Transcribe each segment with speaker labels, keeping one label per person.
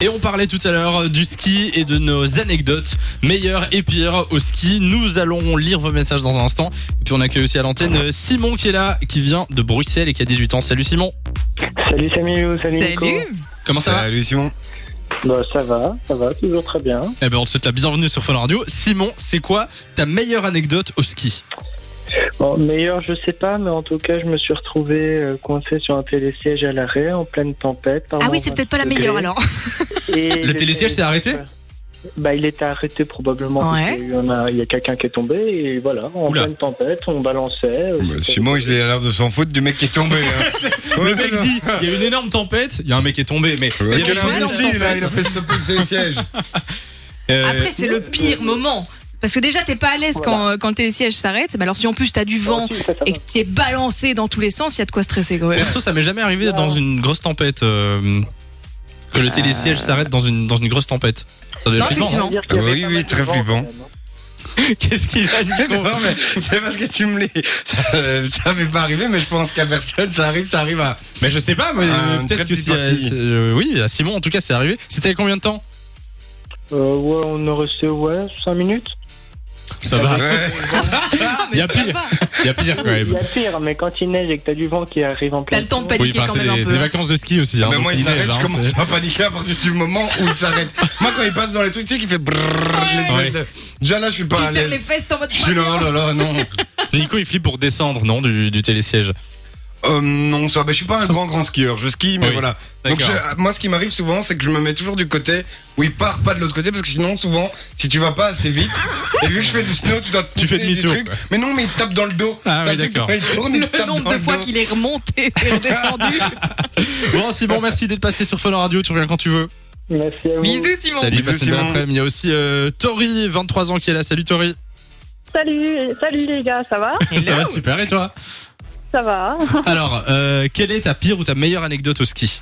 Speaker 1: Et on parlait tout à l'heure du ski et de nos anecdotes meilleures et pires au ski. Nous allons lire vos messages dans un instant. Et puis on accueille aussi à l'antenne Simon qui est là, qui vient de Bruxelles et qui a 18 ans. Salut Simon,
Speaker 2: Salut Samuel, salut, Nico.
Speaker 3: Salut
Speaker 1: comment ça va
Speaker 4: Salut Simon.
Speaker 2: Bah, ça va, ça va, toujours très bien.
Speaker 1: Eh ben on te souhaite la bienvenue sur Fun Radio. Simon, c'est quoi ta meilleure anecdote au ski
Speaker 2: Bon, meilleur, je sais pas, mais en tout cas, je me suis retrouvé euh, coincé sur un télésiège à l'arrêt en pleine tempête.
Speaker 3: Ah oui, c'est peut-être pas la meilleure alors.
Speaker 1: Le télésiège s'est
Speaker 2: s'est
Speaker 1: arrêté
Speaker 2: Bah, il était arrêté probablement. parce
Speaker 3: Ouais.
Speaker 2: qu'il y en a- Il y a, quelqu'un qui est tombé et voilà, en
Speaker 1: Oula.
Speaker 2: pleine tempête, on balançait. euh, c'était-
Speaker 4: Bah, Simon, il a l'air de s'en foutre du mec qui est tombé. hein. Ouais,
Speaker 1: Le mec
Speaker 4: non.
Speaker 1: dit, il y a une énorme tempête, il y a un mec qui est tombé, mais il y
Speaker 4: Ouais,
Speaker 1: avait
Speaker 4: Quel
Speaker 1: une énorme
Speaker 4: imbécile, là,
Speaker 1: tempête.
Speaker 4: il a fait se poser le siège.
Speaker 1: Euh,
Speaker 3: Après, c'est le pire moment. Parce que déjà, t'es pas à l'aise quand, quand le télésiège s'arrête. Mais alors, si en plus t'as du vent
Speaker 2: Ah, si, ça, ça
Speaker 3: et
Speaker 2: va.
Speaker 3: que t'es balancé dans tous les sens, il y a de quoi stresser quand même.
Speaker 1: Perso, ça m'est jamais arrivé d'être dans une grosse tempête. euh, que
Speaker 4: Ah.
Speaker 1: le télésiège s'arrête dans une, dans une grosse tempête. Ça devait
Speaker 3: Non,
Speaker 1: être flippant, hein.
Speaker 3: effectivement.
Speaker 2: On va dire qu'il y avait
Speaker 4: Oui,
Speaker 2: pas
Speaker 4: oui,
Speaker 2: mal de
Speaker 4: très
Speaker 2: vent,
Speaker 4: flippant.
Speaker 2: quand même, hein.
Speaker 1: Qu'est-ce qu'il a dit
Speaker 4: non, mais c'est parce que tu me l'es. Ça, euh, ça m'est pas arrivé, mais je pense qu'à personne, ça arrive, ça arrive à.
Speaker 1: Mais je sais pas, mais
Speaker 4: Un
Speaker 1: euh,
Speaker 4: très
Speaker 1: peut-être que
Speaker 4: petit
Speaker 1: si, euh,
Speaker 4: parti.
Speaker 1: c'est- euh, oui, à Simon en tout cas c'est arrivé. C'était il y a combien de temps
Speaker 2: Euh, ouais, on est resté, ouais, 5 minutes.
Speaker 1: Ça
Speaker 4: Ouais.
Speaker 3: Ah, mais
Speaker 1: y a
Speaker 3: ça
Speaker 1: pire.
Speaker 3: va.
Speaker 1: Il y a pire quand
Speaker 2: Il y
Speaker 1: même.
Speaker 2: a pire, mais quand il neige et que t'as du vent qui arrive en
Speaker 3: T'as
Speaker 2: pleine
Speaker 3: le temps de
Speaker 1: Oui,
Speaker 3: paniquer
Speaker 1: enfin,
Speaker 3: quand
Speaker 1: c'est
Speaker 3: même
Speaker 1: des,
Speaker 3: un
Speaker 1: c'est des
Speaker 3: peu.
Speaker 1: vacances de ski aussi. Hein, donc
Speaker 4: mais ben, moi,
Speaker 1: c'est
Speaker 4: il s'arrête,
Speaker 1: neige,
Speaker 4: je
Speaker 1: hein,
Speaker 4: commence
Speaker 1: c'est-
Speaker 4: à paniquer à partir du moment où il s'arrête. Moi, quand il passe dans les trucs, tu sais, qu'il fait brrrr.
Speaker 1: Ouais.
Speaker 4: l'espèce de- Déjà là, je suis pas à
Speaker 3: Tu serres
Speaker 4: l'aise.
Speaker 3: les fesses en mode.
Speaker 4: Je suis là, oh là là, non.
Speaker 1: Nico il flippe pour descendre, non, du, du télésiège.
Speaker 4: Euh, non, ça, bah, je suis pas un grand grand skieur. Je skie, mais
Speaker 1: Ah Oui.
Speaker 4: voilà. Donc
Speaker 1: D'accord.
Speaker 4: je- moi, ce qui m'arrive souvent, c'est que je me mets toujours du côté où il part pas de l'autre côté, parce que sinon, souvent, si tu vas pas assez vite, et vu que je fais du snow, tu dois te
Speaker 1: Tu fais
Speaker 4: pousser du
Speaker 1: demi-tour,
Speaker 4: truc.
Speaker 1: quoi.
Speaker 4: Mais non, mais il te tape dans le dos.
Speaker 1: Ah,
Speaker 4: T'as
Speaker 1: oui,
Speaker 4: le truc,
Speaker 1: d'accord.
Speaker 4: quand Il tourne, il te
Speaker 3: Le
Speaker 4: tape dans
Speaker 3: nombre de
Speaker 4: le
Speaker 3: fois
Speaker 4: dos.
Speaker 3: qu'il est remonté et redescendu.
Speaker 1: Bon Simon, merci d'être passé sur Fun Radio, tu reviens quand tu veux.
Speaker 2: Merci à vous.
Speaker 3: Bisous, Simon.
Speaker 1: Salut,
Speaker 4: Bisous,
Speaker 1: passe une bonne
Speaker 4: Simon.
Speaker 1: après-midi. Il y a aussi euh, Tori, 23 ans qui est là. Salut Tori.
Speaker 5: Salut, salut les gars, ça va
Speaker 1: Ça va super et toi
Speaker 5: Ça va.
Speaker 1: Alors, euh, quelle est ta pire ou ta meilleure anecdote au ski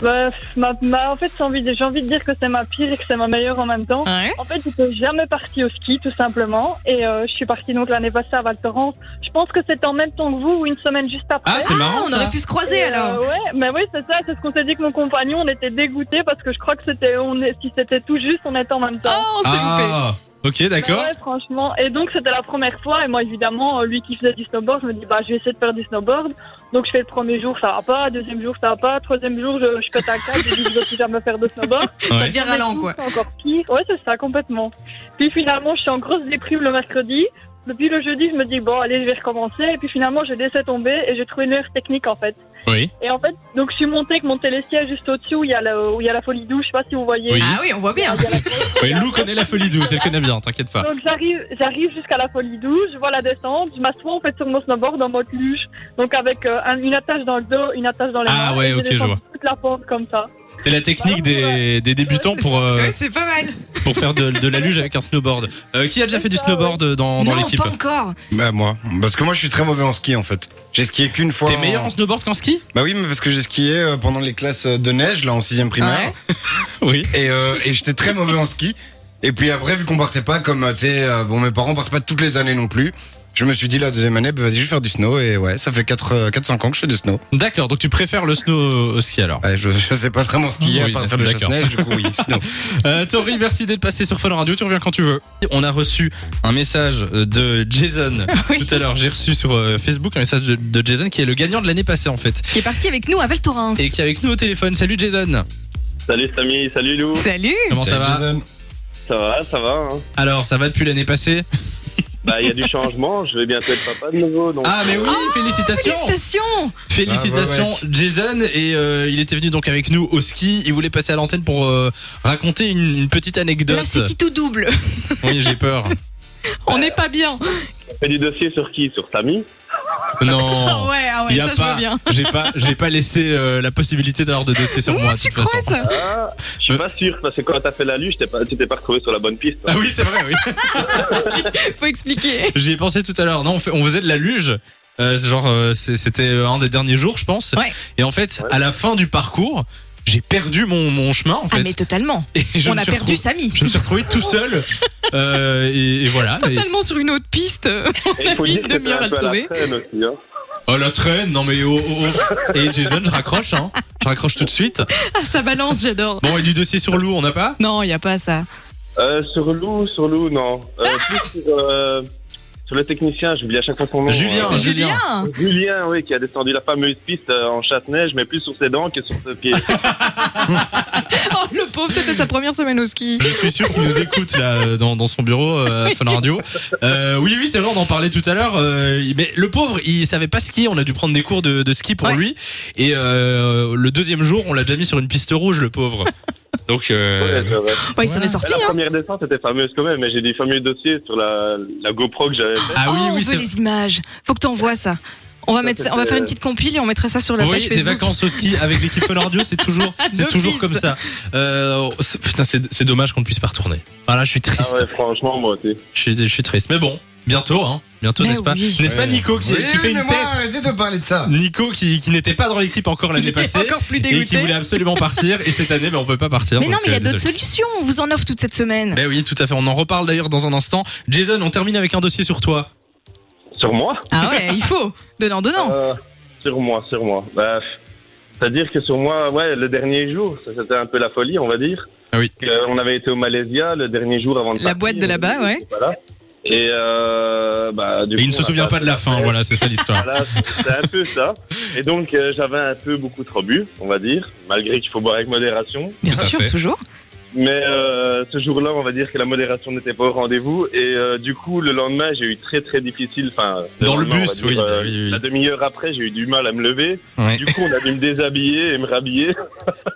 Speaker 5: Bah, ma- ma- en fait, j'ai envie, de, j'ai envie de dire que c'est ma pire et que c'est ma meilleure en même temps.
Speaker 3: Ouais.
Speaker 5: En fait, j'étais jamais partie au ski, tout simplement. Et euh, je suis partie donc l'année passée à Val Thorens. Je pense que c'était en même temps que vous ou une semaine juste après.
Speaker 1: Ah, c'est marrant
Speaker 3: On
Speaker 1: ça.
Speaker 3: aurait pu se croiser
Speaker 5: Et, euh,
Speaker 3: alors.
Speaker 5: ouais, mais oui, c'est ça, c'est ce qu'on s'est dit que mon compagnon, on était dégoûtés parce que je crois que c'était, on est, si c'était tout juste, on était en même temps.
Speaker 3: Oh, c'est loupé.
Speaker 1: Ah, ok, d'accord.
Speaker 5: Mais Ouais, franchement. Et donc, c'était la première fois. Et moi, évidemment, euh, lui qui faisait du snowboard, je me dis, bah, je vais essayer de faire du snowboard. Donc, je fais le premier jour, ça va pas. Deuxième jour, ça va pas. Troisième jour, je, je pète un câble. je dis, je veux plus jamais faire de snowboard.
Speaker 3: Ça
Speaker 1: Ouais.
Speaker 3: devient ralent quoi.
Speaker 5: C'est encore pire. Ouais, c'est ça, complètement. Puis finalement, je suis en grosse déprime le mercredi. Depuis le jeudi, je me dis, bon, allez, je vais recommencer. Et puis finalement, je laissais tomber et j'ai trouvé une meilleure technique, en fait.
Speaker 1: Oui.
Speaker 5: Et en fait, donc, je suis montée avec mon télésiège juste au-dessus où il y a la, où il y a la folie douce. Je sais pas si vous voyez.
Speaker 1: Oui.
Speaker 3: Ah oui, on voit bien.
Speaker 5: Il y a la-
Speaker 1: Ouais, Lou connaît la folie douce, elle connaît bien, t'inquiète pas.
Speaker 5: Donc j'arrive, j'arrive jusqu'à la folie douce, je vois la descente, je m'assois en fait sur mon snowboard en mode luge, donc avec euh, un- une attache dans le dos, une attache dans les
Speaker 1: Ah
Speaker 5: mains.
Speaker 1: ouais,
Speaker 5: et
Speaker 1: ok, je
Speaker 5: descendu
Speaker 1: vois.
Speaker 5: Toute la pente comme ça.
Speaker 1: C'est la technique des, des débutants pour, euh,
Speaker 3: Ouais, c'est pas mal.
Speaker 1: pour faire de, de la luge avec un snowboard. Euh, qui a déjà fait du snowboard euh, dans, dans
Speaker 3: Non,
Speaker 1: l'équipe
Speaker 3: pas encore.
Speaker 4: Bah, moi. Parce que moi, je suis très mauvais en ski, en fait. J'ai skié qu'une fois.
Speaker 1: T'es
Speaker 4: en-
Speaker 1: meilleur en snowboard qu'en ski
Speaker 4: Bah oui, mais parce que j'ai skié euh, pendant les classes euh, de neige, là, en 6 primaire.
Speaker 3: Ouais.
Speaker 1: Oui.
Speaker 4: et, euh, et j'étais très mauvais en ski. Et puis après, vu qu'on partait pas comme, euh, tu sais, euh, bon, mes parents partaient pas toutes les années non plus. Je me suis dit la deuxième année, bah, vas-y, je vais faire du snow. Et ouais, ça fait 4-5 ans que je fais du snow.
Speaker 1: D'accord, donc tu préfères le snow au ski alors.
Speaker 4: Ouais, je, je sais pas vraiment skier
Speaker 1: Oui,
Speaker 4: à part faire le
Speaker 1: d'accord.
Speaker 4: chasse-neige, du coup, oui, snow.
Speaker 1: Euh, Tori, merci d'être passé sur Fun Radio, tu reviens quand tu veux. On a reçu un message euh, de Jason
Speaker 3: Oui.
Speaker 1: tout à l'heure, j'ai reçu sur euh, Facebook un message de, de Jason qui est le gagnant de l'année passée en fait.
Speaker 3: Qui est parti avec nous à Val Thorens.
Speaker 1: Et qui est avec nous au téléphone. Salut Jason
Speaker 6: Salut Samy, salut Lou.
Speaker 3: Salut.
Speaker 1: Comment ça
Speaker 4: Salut,
Speaker 1: va
Speaker 4: Jason.
Speaker 6: Ça va, ça va. hein.
Speaker 1: Alors, ça va depuis l'année passée
Speaker 6: Bah il y a du changement, je vais bientôt être papa de nouveau. Donc, euh,
Speaker 1: Ah mais oui, félicitations
Speaker 3: Oh. Félicitations.
Speaker 1: Félicitations Jason et euh, il était venu donc avec nous au ski, il voulait passer à l'antenne pour euh, raconter une, une petite
Speaker 3: Là,
Speaker 1: anecdote.
Speaker 3: c'est qui tout double.
Speaker 1: Oui, j'ai peur.
Speaker 3: On n'est pas bien.
Speaker 6: on fait du dossier sur qui Sur Samy
Speaker 3: Ah
Speaker 1: Non.
Speaker 3: ouais, ah ouais,
Speaker 1: Il y a
Speaker 3: ça je
Speaker 1: pas,
Speaker 3: veux bien.
Speaker 1: j'ai pas, j'ai pas laissé euh, la possibilité d'avoir de dossier sur
Speaker 3: Ouais,
Speaker 1: moi de
Speaker 3: tu
Speaker 1: toute
Speaker 3: crois
Speaker 1: façon.
Speaker 3: ça
Speaker 6: ah, Je suis pas sûr parce que quand t'as fait la luge, t'es pas- tu t'es pas retrouvé sur la bonne piste.
Speaker 1: Ah oui, c'est vrai. Oui.
Speaker 3: Faut expliquer.
Speaker 1: J'y ai pensé tout à l'heure. Non, on, fait- on faisait de la luge. Euh, c'est genre, euh, c'est- c'était un des derniers jours, je pense.
Speaker 3: Ouais.
Speaker 1: Et en fait, à la fin du parcours, j'ai perdu mon, mon chemin en
Speaker 3: Ah
Speaker 1: fait.
Speaker 3: mais totalement.
Speaker 1: Et je
Speaker 3: On
Speaker 1: me
Speaker 3: a
Speaker 1: suis
Speaker 3: perdu
Speaker 1: retrouvé-
Speaker 3: Samy.
Speaker 1: Je me suis retrouvé tout seul. Euh, et, et voilà. Et-
Speaker 3: Totalement sur une autre piste. euh,
Speaker 6: Et il faut
Speaker 3: Une
Speaker 6: dire que t'es
Speaker 3: demi-heure à
Speaker 6: un peu à
Speaker 3: trouver.
Speaker 6: la traîne aussi. Hein.
Speaker 1: Oh la traîne, non mais oh, oh, oh. Et Jason, je raccroche. Hein. Je raccroche tout de suite.
Speaker 3: Ah, ça balance, j'adore.
Speaker 1: Bon, et du dossier sur loup, on n'a pas
Speaker 3: Non, il n'y a pas ça.
Speaker 6: Euh, sur Lou, sur Lou, non. Euh,
Speaker 1: Ah.
Speaker 6: plus sur, euh, sur le technicien, j'oublie à chaque fois son nom.
Speaker 1: Julien.
Speaker 6: Euh,
Speaker 1: Ah, Julien.
Speaker 3: Julien
Speaker 6: Julien, oui, qui a descendu la fameuse piste euh, en chasse-neige, mais plus sur ses dents que sur ses pieds.
Speaker 3: Oh, le pauvre, c'était sa première semaine au ski.
Speaker 1: Je suis sûr qu'il nous écoute là euh, dans, dans son bureau euh, à Fun Radio. Euh, oui, oui, c'est vrai, on en parlait tout à l'heure. euh, il- mais le pauvre, il savait pas skier. On a dû prendre des cours de, de ski pour
Speaker 3: Ouais.
Speaker 1: lui. Et euh, le deuxième jour, on l'a déjà mis sur une piste rouge, le pauvre. Donc, euh,
Speaker 6: Ouais, c'est vrai.
Speaker 3: Bah, il s'en est
Speaker 6: Mais
Speaker 3: sorti,
Speaker 6: la
Speaker 3: hein.
Speaker 6: première descente était fameuse quand même, mais j'ai du fameux dossier sur la, la GoPro que j'avais fait.
Speaker 1: ah oui,
Speaker 3: oh, on
Speaker 1: oui,
Speaker 3: veut
Speaker 1: c'est
Speaker 3: les images. Faut que t'envoies ça. On va,
Speaker 6: Ça,
Speaker 3: mettre, ça- on va
Speaker 6: c'était-
Speaker 3: faire une petite compile et on mettra ça sur la page
Speaker 1: oui, des
Speaker 3: Facebook.
Speaker 1: vacances au ski avec l'équipe Fun Radio, c'est toujours, c'est
Speaker 3: D'office.
Speaker 1: toujours comme ça. Euh, c'est- putain, c'est c'est dommage qu'on ne puisse pas retourner. Voilà, je suis
Speaker 6: Ah
Speaker 1: triste.
Speaker 6: ouais, franchement, moi aussi.
Speaker 1: je, suis, je suis triste. Mais bon, bientôt, hein. Bientôt,
Speaker 3: Mais
Speaker 1: n'est-ce pas
Speaker 3: oui. hein.
Speaker 1: N'est-ce pas Nico qui,
Speaker 4: Oui,
Speaker 1: qui fait
Speaker 4: mais
Speaker 1: une
Speaker 4: moi,
Speaker 1: tête
Speaker 4: Arrêtez de parler de ça.
Speaker 1: Nico qui, qui n'était pas dans l'équipe encore
Speaker 3: Il
Speaker 1: l'année
Speaker 3: est
Speaker 1: passée
Speaker 3: encore plus
Speaker 1: et qui
Speaker 3: dégoûté.
Speaker 1: voulait absolument partir. Et cette année, mais on peut pas partir.
Speaker 3: Mais non,
Speaker 1: donc,
Speaker 3: mais il y
Speaker 1: euh,
Speaker 3: a d'autres
Speaker 1: désolé.
Speaker 3: solutions. On vous en offre toute cette semaine.
Speaker 1: Ben oui, tout à fait. On en reparle d'ailleurs dans un instant. Jason, on termine avec un dossier sur toi.
Speaker 6: Sur moi
Speaker 3: Ah ouais, il faut. Donnant, donnant.
Speaker 6: Euh, Sur moi, sur moi. Bah, C'est-à-dire que sur moi, ouais, le dernier jour, ça, c'était un peu la folie, on va dire.
Speaker 1: Ah oui.
Speaker 6: Que on avait été au Malaysia le dernier jour avant de
Speaker 3: La
Speaker 6: partir,
Speaker 3: boîte de là-bas,
Speaker 6: euh,
Speaker 3: ouais.
Speaker 6: Voilà. Et euh, bah, du
Speaker 1: Et il ne
Speaker 6: coup,
Speaker 1: se
Speaker 6: on a
Speaker 1: souvient pas de la fin. Voilà, c'est ça l'histoire.
Speaker 6: Voilà, c'est un peu ça. Et donc, euh, j'avais un peu beaucoup trop bu, on va dire, malgré qu'il faut boire avec modération.
Speaker 3: Bien
Speaker 1: tout à
Speaker 3: sûr,
Speaker 1: fait.
Speaker 3: toujours.
Speaker 6: Mais euh, ce jour-là, on va dire que la modération n'était pas au rendez-vous. Et euh, du coup, le lendemain, j'ai eu très très difficile. Enfin,
Speaker 1: Dans le
Speaker 6: lendemain, on va euh,
Speaker 1: bus, oui, bah oui, oui.
Speaker 6: La demi-heure après, j'ai eu du mal à me lever.
Speaker 1: Ouais.
Speaker 6: Du coup, on a dû me déshabiller et me rhabiller.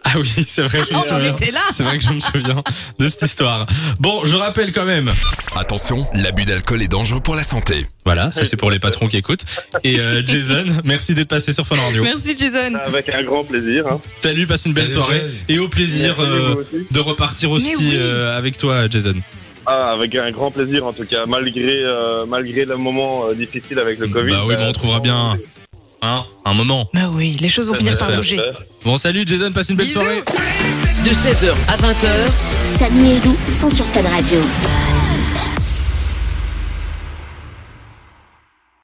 Speaker 1: Ah oui, c'est vrai. Je me souviens.
Speaker 3: était Oh, là.
Speaker 1: C'est vrai que je me souviens de cette histoire. Bon, je rappelle quand même.
Speaker 7: Attention, l'abus d'alcool est dangereux pour la santé.
Speaker 1: Voilà,
Speaker 3: Euh,
Speaker 1: ça c'est pour les patrons qui écoutent. Et euh, Jason, merci d'être passé sur Fun Radio.
Speaker 3: Merci, Jason.
Speaker 6: Avec un grand plaisir. Hein.
Speaker 1: Salut, passe une belle
Speaker 4: Salut,
Speaker 1: soirée
Speaker 4: Jason.
Speaker 1: et au plaisir
Speaker 6: Merci,
Speaker 1: euh,
Speaker 6: vous aussi.
Speaker 1: de repartir au
Speaker 3: Mais
Speaker 1: ski
Speaker 3: oui.
Speaker 1: euh, avec toi, Jason.
Speaker 6: Ah, avec un grand plaisir en tout cas, malgré euh, malgré le moment euh, difficile avec le
Speaker 1: Bah
Speaker 6: Covid. euh,
Speaker 1: oui, mais on trouvera bien. Hein Un moment.
Speaker 3: Bah oui, les choses vont finir par
Speaker 1: j'espère.
Speaker 3: bouger.
Speaker 6: Euh,
Speaker 1: Bon, salut Jason, passe une belle
Speaker 3: Bisous.
Speaker 1: soirée.
Speaker 8: De 16h à 20h,
Speaker 9: Samy et Lou sont sur Fan Radio.